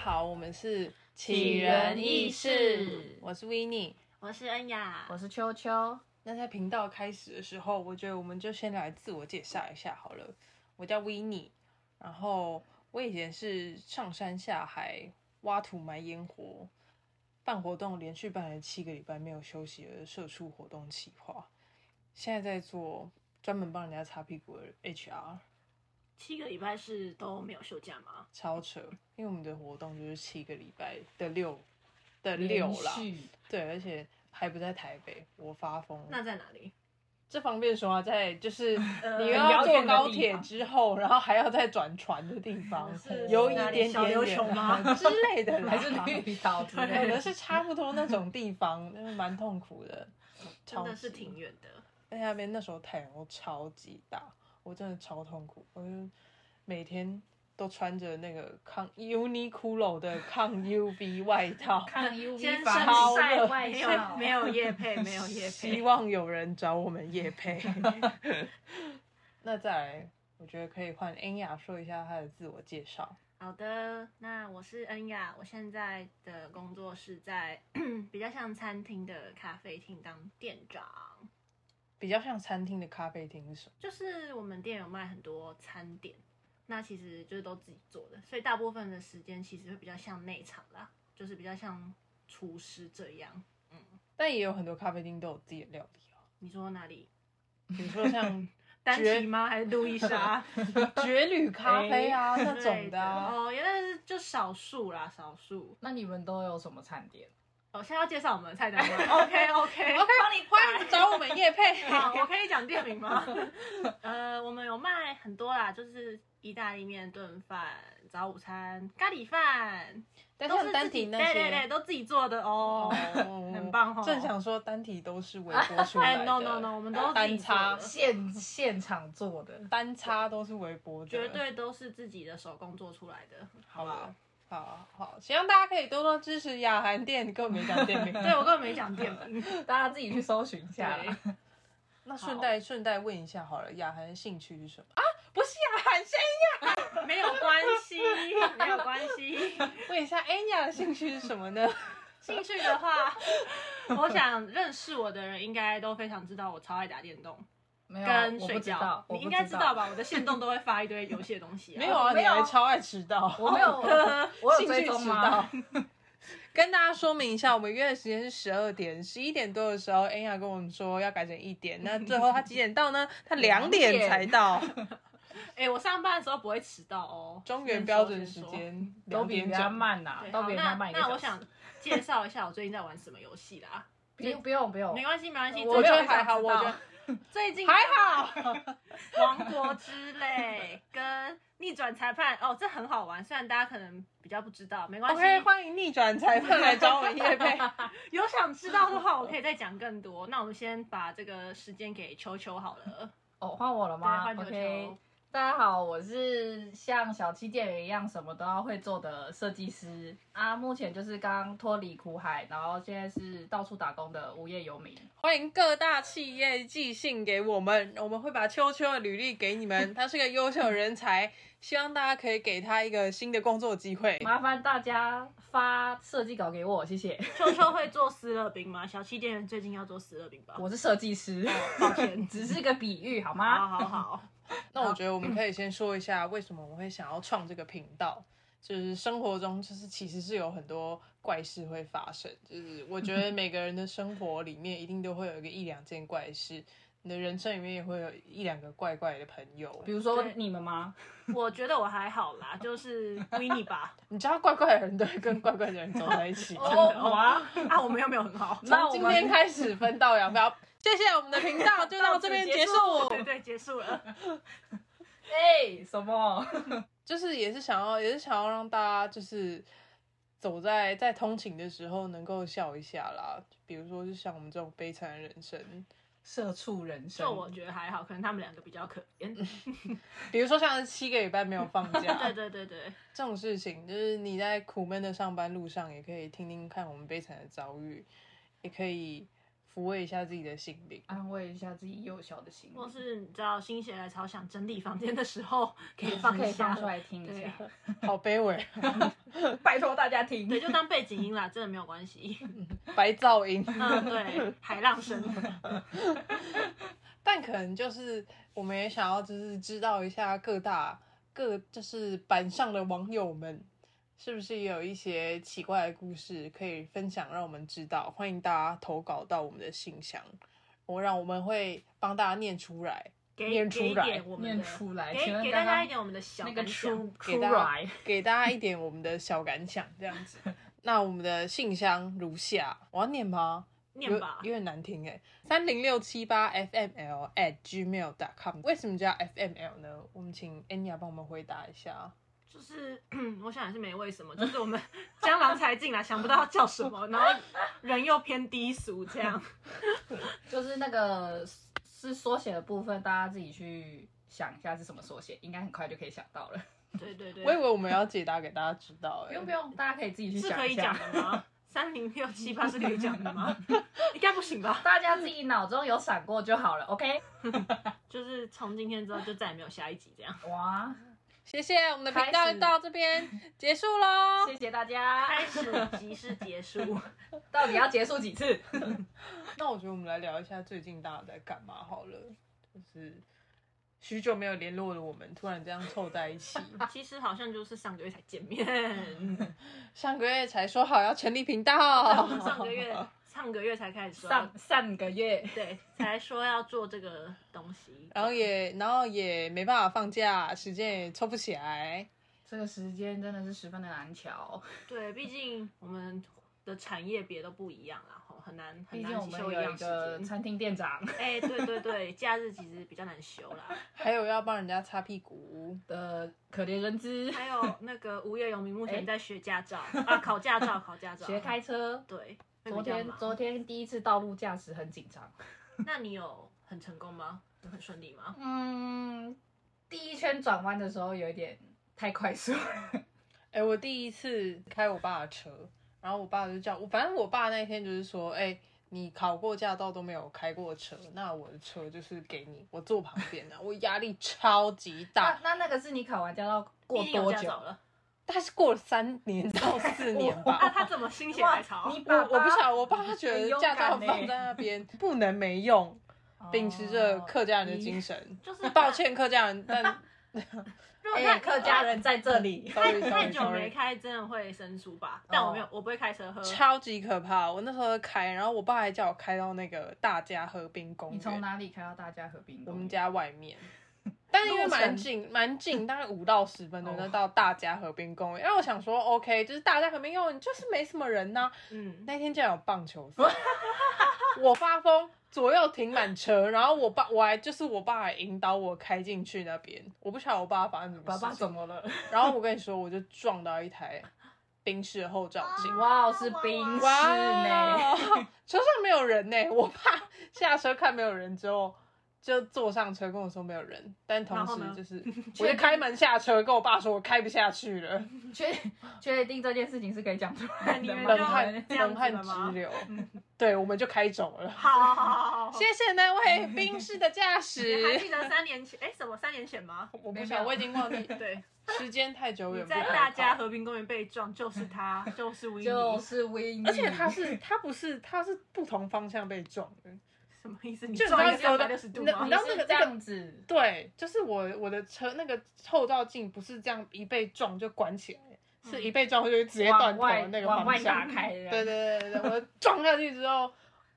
好，我们是杞人异事我是 w i n n i e 我是恩雅，我是秋秋，那在频道开始的时候，我觉得我们就先来自我介绍一下好了。我叫 w i n n i e 然后我以前是上山下海、挖土埋烟火、办活动，连续办了七个礼拜没有休息的社畜活动企划，现在在做专门帮人家擦屁股的 HR。七个礼拜是都没有休假吗？超扯，因为我们的活动就是七个礼拜的六的六啦，连续对，而且还不在台北，我发疯。那在哪里？这方便说啊，在就是 呃你很要遥坐远的高地铁方之后，然后还要再转船的地方是，有一哪点点里小琉球远吗啊 之类的啦， 还 是 绿岛之可类能的。是差不多那种地方，那蛮痛苦的，真超的是级挺远的。在那边那时候太阳都超级大，我真的超痛苦，我就每天都穿着那个抗 Uniqlo 的抗 UV 外套， 看 U 先 V 生好法，晒热外没有套，没有夜配， 没有夜希配。望有人找我们夜配。 那再来，我觉得可以换恩雅说一下她的自我介绍。好的，那我是恩雅，我现在的工作是在 比较像餐厅的咖啡厅当店长，比较像餐厅的咖啡厅是什么？就是我们店有卖很多餐点，那其实就是都自己做的，所以大部分的时间其实会比较像内场啦，就是比较像厨师这样。但也有很多咖啡厅都有自己的料理啊，你说哪里？比如说像丹绝琪吗？还是路 易莎绝旅咖啡啊、那之类种哎的？的、啊。哦，原来是就少数啦，少数。那你们都有什么 餐点？哦，现在要介绍我们的菜 单吗？OK OK， OK，欢迎找我们夜配。 好，哦我可以讲店 名吗？呃，我们有卖很多啦，就是意大利面、炖饭、早午餐、咖喱饭，但都像是单自己体那对些，对对，都自己做的哦。哦很棒哦正想说单体都是微波出来 哎的，no no no，我们都是自己单做的插现现场做的，单插都是微波的，绝对都是自己的手工做出来的，好好不好吧？。好好，希望大家可以多多支持雅涵店，跟我们讲 店名。对，我根本没讲店 名。 大家自己去搜寻一下对啦。那顺带顺带问一下好了，雅涵的兴趣是什么啊？不是雅涵，先没有关系，没有关系。问一下 Anya 的兴趣是什么呢？ 兴趣的话，我想认识我的人应该都非常知道我超爱打电动没有，跟我睡不知觉道，，我你不应该知道吧？我的线动都会发一堆游戏的东西、啊。 没有啊，没你有还超爱迟到。我没有，哦 我有兴追趣踪迟到 吗？。跟大家说明一下，我们约的时间是十二点，十一点多的时候，恩雅跟我们说要改成一点。那最后他几点到呢？他两点才到， 哎、我上班的时候不会迟到哦，中原标准时间都比2人点家整。慢呐先，说。都对，比人好家那慢一个那我小时想。介绍一下我最近在玩什么游戏啦。不用不用不用没，关系，没关系，我最觉得近还好，知我道觉得最近还好。 《 王国之泪》跟《逆转裁判》哦，这很好玩，虽然大家可能比较不知道，没关系。 OK，欢迎逆转裁判来找我们叶贝。有想知道的话，我可以再讲更多。那我们先把这个时间给球球好了。哦，换我了吗对换球球？OK，大家好，我是像小七店员一样什么都要会做的设计师啊，目前就是刚脱离苦海，然后现在是到处打工的无业游民。欢迎各大企业寄信给我们，我们会把秋秋的履历给你 们。他是个优秀的人才，希望大家可以给他一个新的工作机会。麻烦大家发设计稿给我，谢谢。球球会做湿乐冰吗？小七店员最近要做湿乐冰吧？我是设计师，，抱歉 只是个比喻好好吗？好好，那我觉得我们可以先说一下为什么我会想要创这个频嗯道，就是生活中就是其实是有很多怪事会发生，就是我觉得每个人的生活里面一定都会有一个一两件怪 事，你的人生里面也会有一两个怪怪的朋友比。如说对你们吗？我觉得我还好啦，就是 w i n n 吧。你知道怪怪的人都会跟怪怪的人走在一 起。哦啊，啊，我们又没有很好。那我今们天开始分道扬镳， 谢谢我们的频道就到这边结束。对对，结束了。哎什么？就是也是想要，也是想要让大家就是走在在通勤的时候能够笑一下啦。比如说，就像我们这种悲惨的人生，社畜人生就，我觉得还好，可能他们两个比较可怜。比如说像是七个礼拜没有放 假，对对对对，这种事情，就是你在苦闷的上班路上，也可以听听看我们悲惨的遭遇，也可以抚慰一下自己的心灵。安慰一下自己幼小的心或灵，是你知道心血来潮想整理房间的时候，可以放可一以放下出。来听一对下，好卑微，拜托大家听。对，就当背景音啦，真的没有关系。白噪音。嗯，对，海浪声。但可能就是我们也想要就是知道一下各大各就是板上的网友们，是不是也有一些奇怪的故事可以分享，让我们知道。欢迎大家投稿到我们的信箱，我让我们会帮大家念出来，给念给一出来点我们念的，出来，请给问给大家刚一点我们的小那个感想出给出大来家，给大家一点我们的小感想，这样子。 那我们的信箱如下，我要念吗？念吧有，有点难听哎。三零六七八 fml at gmail dot com，为什么叫 fml 呢？我们请 Anya 帮我们回答一下。就是 我想也是没为什么，就是我们 江郎才尽 啦，想不到叫什么，然后人又偏低俗这 样。就是那个是缩写的部分，大家自己去想一下是什么缩写，应该很快就可以想到了。对对对，我以为我们要解答给大家知道 不哎，用不用，大家可以自己去是想可一以下讲。的吗？三零六七八是可以讲的 吗？应该不行吧？大家自己脑中有闪过就好了，OK？就是从今天之后就再也没有下一集这样。哇，谢谢我们的频道开始就到这边结束喽。谢谢大 家！开始即是结束， 到底要结束几 次？那我觉得我们来聊一下最近大家在干嘛好了，就是许久没有联络的我们突然这样凑在一起，其实好像就是上个月才见 面，上个月才说好要成立频道我，们 上个月哦上个月才开始说要 上上个月对，才说要做这个东西，然后也然后也没办法放假，时间也凑不起来。这个时间真的是十分的难瞧，对，毕竟我们的产业别都不一样啦，吼，很难很毕竟难我们休一有一样个时间。餐厅店长哎、对对对，假日其实比较难休啦。还有要帮人家擦屁股，的可怜人 之，还有那个无业游民目哎前在学驾照、啊，考驾照，考驾照， 学开车。对。会昨比较天忙昨天第一次道路驾驶很紧张，那你有很成功吗？有很顺利吗？嗯，第一圈转弯的时候有一点太快速了，哎、我第一次开我爸的车，然后我爸就叫我，反正我爸那天就是说，哎、你考过驾照都没有开过车，那我的车就是给你，我坐旁边啊，我压力超级那大， 那那个是你考完驾照过毕竟有多驾久照？了？但是过了三年到四年啊，吧。 他怎么心血来潮？你我爸爸我不晓得，我爸觉很得勇驾照敢欸放在那边不能没用，秉持着客家人的精神，神，就是 抱歉客家人，但如果哎、太客家人在这里， sorry 太 sorry 久没 sorry，开，真的会生疏吧？但哦我没有，我不会开车喝。超级可怕。我那时候开，然后我爸还叫我开到那个大家河滨公你从园，哪里开到大家河滨公园？我们家外 面。但是因为蛮近，蛮近，大概五到十分钟哦就到大家河滨公园。然后我想说，OK，就是大家河滨公园就是没什么人呐、嗯，那天竟然有棒球 赛，我发疯，左右停满车，然后我爸我还就是我爸还引导我开进去那边。我不晓得我爸发生什么爸事爸情怎么了？然后我跟你说，我就撞到一台宾士的后照镜。哇哦，是冰室呢，哇，哦 车上没有人呢、我怕下车看没有人之后，就坐上车跟我说没有人，但同然后时呢就是 我就开门下车，跟我爸说我开不下去了，确确定这件事情是可以讲出来你的们吗？冷就汗这样冷子汗了吗直流，对，我们就开走了。好好好好好。 谢谢那位宾士的驾你还驶，记得三年前？哎，什么三年前吗？我没不有想，我已经忘记，对，时间太久你远。在不可大靠家和平公园被撞，就是 他，就是维尼。就是威尼，而且他是他不是他是不同方向被撞的，什么意思？你就撞一你知道个有百的六十度你吗知？道那你个是这样子，对，就是我我的车那个后照镜不是这样一被撞就关起来，是一被撞就直接断头嗯往的外那个往方外向打。开的，对对对对对， 我撞下去之后，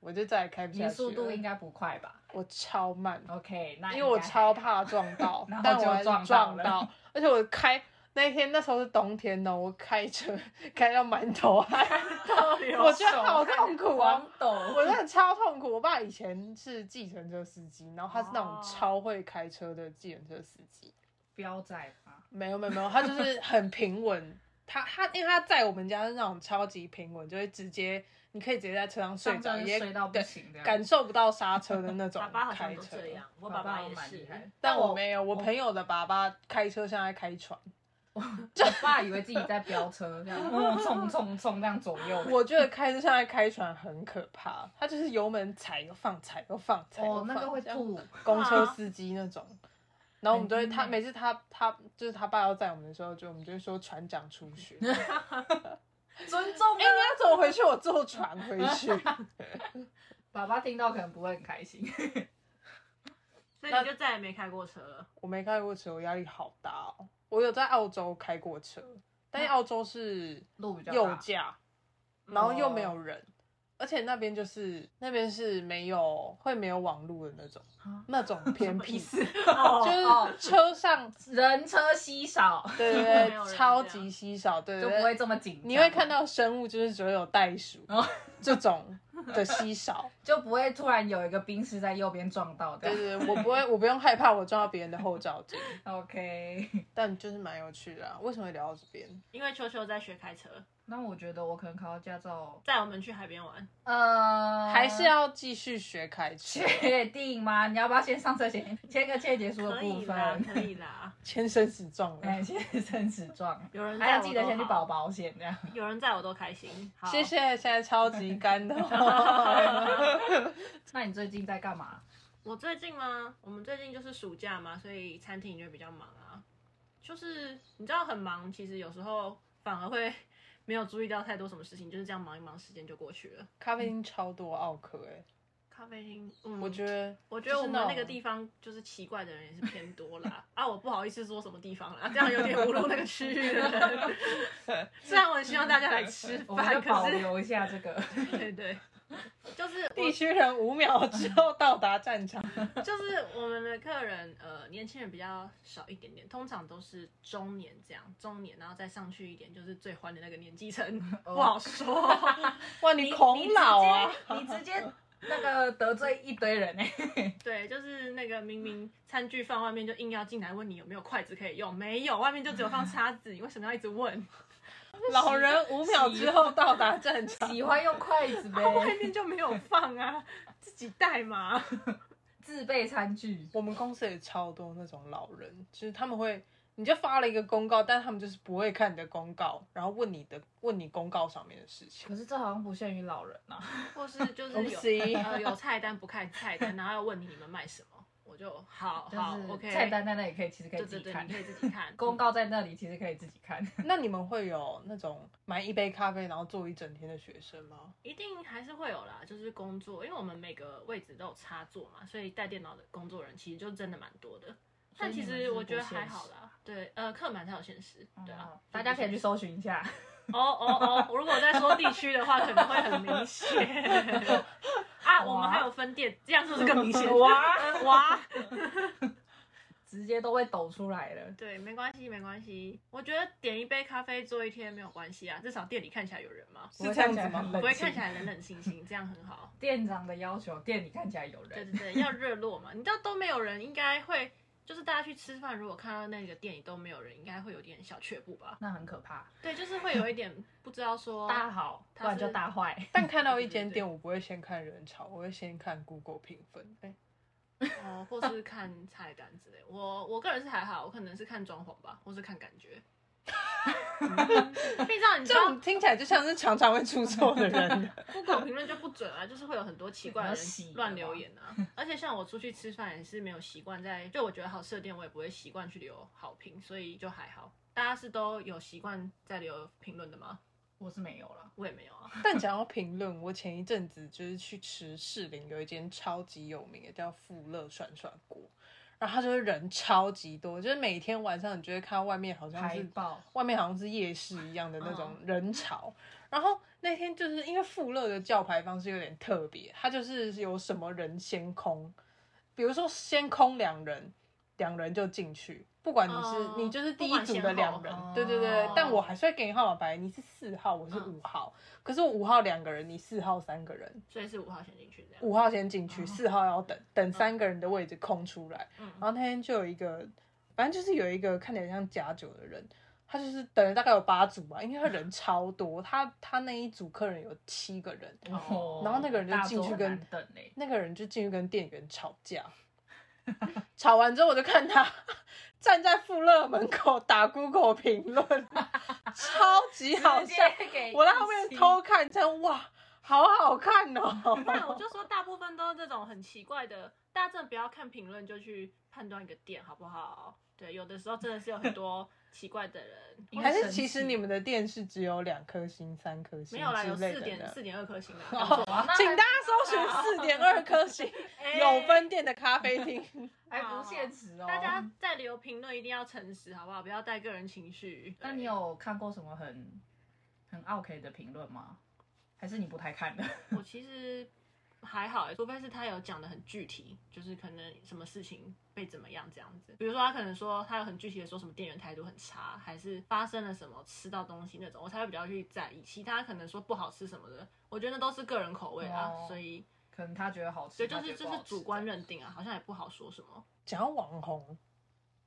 我就再也开不你下的去速度了应该不快吧我超慢， ？OK，那因为我应该超怕撞到 然，后但就我还是撞到撞了到，而且我开。那一天那时候是冬天哦，我开车开到满头汗，我觉得好痛苦啊！狂抖，我真的超痛苦。我爸以前是计程车司机，然后他是那种哦超会开车的计程车司机。飙仔吧，没有没有没有，他就是很平稳。 他他因为他在我们家是那种超级平稳，就会直接你可以直接在车上睡上着，车也睡到不对行啊的，感受不到刹车的那种爸 爸好开像都车。这样，我爸爸爸也蛮厉是。害，但我有。没有，我我朋友的爸爸开车像在开船，我爸以为自己在飙车， 这样嗯冲冲冲这样左右。我觉得开车像在开船很可怕，他就是油门踩又放，踩又放，踩又哦放，，那个会这样吐，公车司机那种。然后我们都会，嗯他每次他他就是他爸要载我们的时候，就我们就会说船长出 去。 哎、尊重啊你要怎么回去？我坐船回去。 爸爸听到可能不会很开心。 所以你就再也没开过车了。 我没开过车，我压力好大哦。我有在澳洲开过车，但澳洲是路比较右大，哦驾，然后又没有人，而且那边就是那边是没有会没有网路的那种啊，那种偏意僻，思就哦，哦是车上人车稀少，对对没有人对，这样超级稀少，对 就对不会对，这么紧张。你会看到生物就是只有袋鼠哦这种的稀少，就不会突然有一个冰室在右边撞到对的。对，对我不会我不用害怕我撞到别人的后照镜， OK，但就是蛮有趣的啊。为什么会聊到这边？因为秋秋在学开车，那我觉得我可能考到驾照，载我们去海边玩。呃，还是要继续学啊开车， 确定吗？你要不要先上车前签个切结书的可部以啦，分？可以啦。签生死状啊了。哎，先生死状， 有人还载要我记得都先去好保，保险这样。有人载我都开心。好， 谢谢，现在超级干的 哦。那你最近在干嘛？我最近吗？我们最近就是暑假嘛，所以餐厅就比较忙啊。就是你知道很忙，其实有时候反而会没有注意到太多什么事情，就是这样忙一忙，时间就过去了。咖啡厅超多奥克哎、咖啡厅，嗯，我觉得，我觉得我们就是那个种地方就是奇怪的人也是偏多啦。 啊，我不好意思说什么地方啦，这样有点侮辱那个区域的人。 虽然我很希望大家来吃我们就饭，保可是留一下这个。对对，就是我地区人五秒之后到达战场，就是我们的客人，呃，年轻人比较少一点点，通常都是中年这样，中年然后再上去一点，就是最欢的那个年纪层，哦不好说。 哇， 你孔老啊！你直接那个得罪一堆人哎、对，就是那个明明餐具放外面，就硬要进来问你有没有筷子可以用，没有，外面就只有放叉子，你为什么要一直 问？老人五秒之后到达战场， 喜欢用筷子 呗，外面就没有放啊，自己带嘛。自备餐具。我们公司也超多那种老人，就是他们会，你就发了一个公告，但他们就是不会看你的公告，然后问你的问你公告上面的事情。可是这好像不限于老人啊，或是 就是恭喜有呃有菜单不看菜单，然后要问你你们卖什么，我就好就好是 OK 菜单在那里可以，其实可以对自对己对，看你。可以自己看 公告在那里，其实可以自己看。那你们会有那种买一杯咖啡然后坐一整天的学生吗？一定还是会有啦，就是工作，因为我们每个位置都有插座嘛，所以带电脑的工作人其实就真的蛮多的。但其实我觉得还好啦，对，呃，客满才有限时，对啊哦，大家可以去搜寻一下。哦哦哦，如果在说地区的话，可能会很明显。啊，我们还有分店，这样是不是更明显？哇哇，直接都会抖出来了。对，没关系没关系，我觉得点一杯咖啡坐一天没有关系啊，至少店里看起来有人嘛，是这样子我会看起来很吗？冷不会看起来冷冷清清，这样很好。店长的要求，店里看起来有对人，对对，要热络嘛。你知道都没有人，应该会就是大家去吃饭，如果看到那个店里都没有人，应该会有点小却步吧？那很可怕。对，就是会有一点不知道说，大好，不他是然就大坏。但看到一间店，我不会先看人潮，我会先看 Google 评分。哎、哦，或是看菜单之类。我我个人是还好，我可能是看装潢吧，或是看感觉。 毕竟你知这道种听起来就像是常常会出错的人。 ，Google 评论就不准啊，就是会有很多奇怪的比较细人的乱留言啊。而且像我出去吃饭也是没有习惯在，就我觉得好吃的店，我也不会习惯去留好评，所以就还好。大家是都有习惯在留评论的吗？我是没有了，我也没有啊。但讲到评论，我前一阵子就是去吃士林有一间超级有名的叫富乐涮涮锅，然后它就是人超级多，就是每天晚上你就会看到外面好像海是报外面好像是夜市一样的那种嗯人潮。然后那天就是因为富乐的叫牌方式有点特别，它就是有什么人先空，比如说先空两人，两人就进去，不管你是、哦你就是第不一管组先的后两人，对对对哦，但我还是会给你号码牌，你是四号，我是嗯五号，可是我五号两个人，你四号三个人，所以是五号先进去这样。五号先进去，哦四号要等，等三个人的位置空出来。嗯然后那天就有一个，反正就是有一个看起来像假酒的人，他就是等了大概有八组吧，因为他人超多，他他那一组客人有七个人，哦然后那个人就大进去作跟 很难等嘞。那个人就进去跟店员吵架， 吵完之后我就看他站在富乐门口打 Google 评论，超级好直笑。接给我在后面偷看，真的哇，好好看对，我哦！ 就说大部分都是这种很奇怪的，大家真的不要看评论就去判断一个店好不好？对，有的时候真的是有很多奇怪的 人，因为还或者是其实你们的店是只有两颗星、三颗星没有啦，有之类四的点呢？四点二颗星啦。哦那 还请大家搜寻四点二颗星哎 有分店的咖啡厅。 还啊不现实哦。大家，在留评论一定要诚实，好不好？不要带个人情绪。那你有看过什么很很 OK 的评论吗？还是你不太看的？ 对？我其实还好、欸，除非是他有讲的很具体，就是可能什么事情被怎么样这样子。比如说他可能说他有很具体的说什么店员态度很差，还是发生了什么吃到东西那种，我才会比较去在意。其他可能说不好吃什么的，我觉得那都是个人口味啊，哦所以可能他觉得好吃，对，就他觉是得就不是好吃主观。认定啊，好像也不好说什么。讲到网红，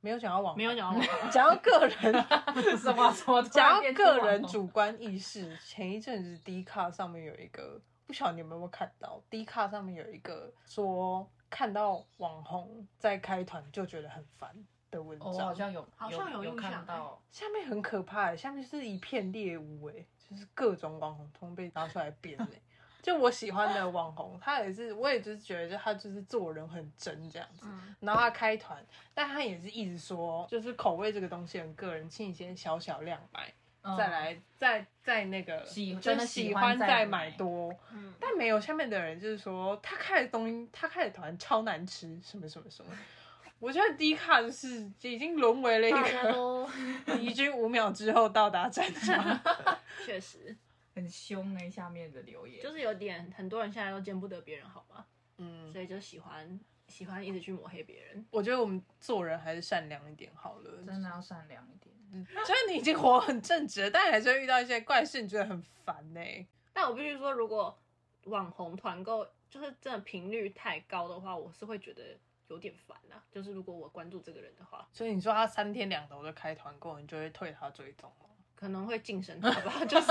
没有讲到网红，没有讲到网红讲到个人， 什么什么突 然哦讲变到成网红？个人主观意识。前一阵子 D 卡上面有一个，不晓得你们有没有看到，D 卡上面有一个说看到网红在开团就觉得很烦的文哦，我章，好像有，好像有有印象看到。下面很可怕、欸，下面是一片猎物、欸，就是各种网红通被拿出来编欸就我喜欢的网红，他也是，我也就是觉得，就他就是做人很真这样子。嗯，然后他开团，但他也是一直说，就是口味这个东西很个人，请你先小小量买，欸嗯再来再再那个，喜就真是的喜喜欢欢再再买买多。嗯但没有下面的人就是说，他开的东西，他开的团超难吃，什么什么什么。我觉得低卡就是已经沦为了一大家个 都 敌军五秒之后到达战场。确实，很凶哎，下面的留言就是有点很多人现在都见不得别人，好吗？嗯，所以就喜欢喜欢一直去抹黑别人。我觉得我们做人还是善良一点好了。真的要善良一点。就是你已经活得很正直了，但还是会遇到一些怪事，你觉得很烦呢、但我必须说，如果网红团购就是真的频率太高的话，我是会觉得有点烦啊。就是如果我关注这个人的话，所以你说他三天两头就开团购，你就会退他追踪吗？可能会晋升他吧， 就是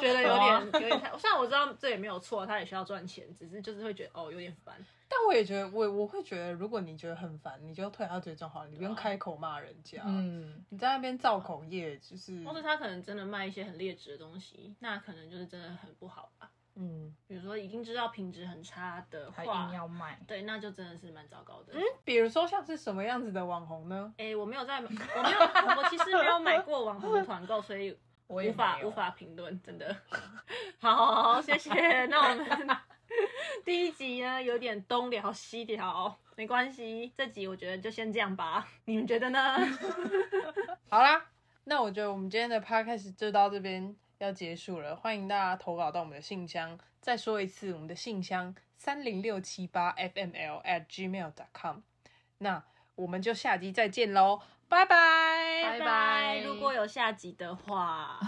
觉得有点有点太。虽然我知道这也没有错，他也需要赚钱，只是就是会觉得哦有点烦。但我也觉得，我我会觉得，如果你觉得很烦，你就退他追踪好了，你不用开口骂人家。嗯，你在那边造口业，就是或是他可能真的卖一些很劣质的东西，那可能就是真的很不好吧。嗯，比如说已经知道品质很差的还硬话，要卖，对，那就真的是蛮糟糕的。比如说像是什么样子的网红呢？哎、我没有在，我没有，我其实没有买过网红的团购，所以我也无法没有无法评论，真的。 好好好，谢谢。那我 们第一集呢，有点东聊西聊，没关系，这集我觉得就先这样吧。你们觉得 呢？好啦，那我觉得我们今天的 podcast 就到这边要结束了。欢迎大家投稿到我们的信箱。再说一次，我们的信箱三零六七八 fml at gmail dot com。那我们就下集再见喽，拜拜，拜拜如果有下集的话。